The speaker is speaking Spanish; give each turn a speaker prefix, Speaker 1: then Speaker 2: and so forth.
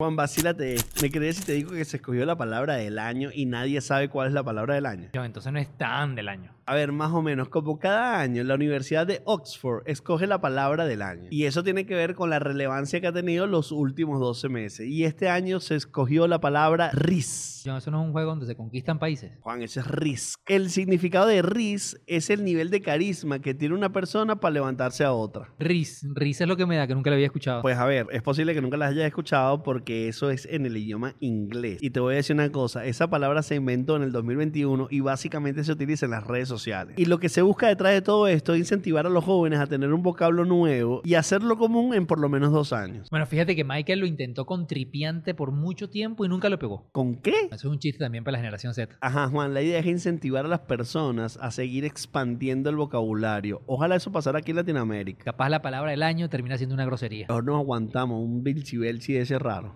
Speaker 1: Juan, vacílate. esto. ¿Me crees si te digo que se escogió la palabra del año y nadie sabe cuál es la palabra del año?
Speaker 2: Yo, entonces no es tan del año.
Speaker 1: A ver, más o menos, como cada año, la Universidad de Oxford escoge la palabra del año. Y eso tiene que ver con la relevancia que ha tenido los últimos 12 meses. Y este año se escogió la palabra RIS.
Speaker 2: Yo, eso no es un juego donde se conquistan países.
Speaker 1: Juan, ese es risk. El significado de RIS es el nivel de carisma que tiene una persona para levantarse a otra.
Speaker 2: Riz. Riz es lo que me da, que nunca lo había escuchado.
Speaker 1: Pues a ver, es posible que nunca las hayas escuchado porque eso es en el idioma inglés. Y te voy a decir una cosa, esa palabra se inventó en el 2021 y básicamente se utiliza en las redes sociales. Y lo que se busca detrás de todo esto es incentivar a los jóvenes a tener un vocablo nuevo y hacerlo común en por lo menos dos años.
Speaker 2: Bueno, fíjate que Michael lo intentó con tripiante por mucho tiempo y nunca lo pegó.
Speaker 1: ¿Con qué?
Speaker 2: Eso es un chiste también para la generación Z.
Speaker 1: Ajá, Juan, la idea es incentivar a las personas a seguir expandiendo el vocabulario. Ojalá eso pasara aquí en Latinoamérica.
Speaker 2: Capaz la palabra del año termina siendo una grosería.
Speaker 1: Mejor nos aguantamos un belchi belchi de ese raro.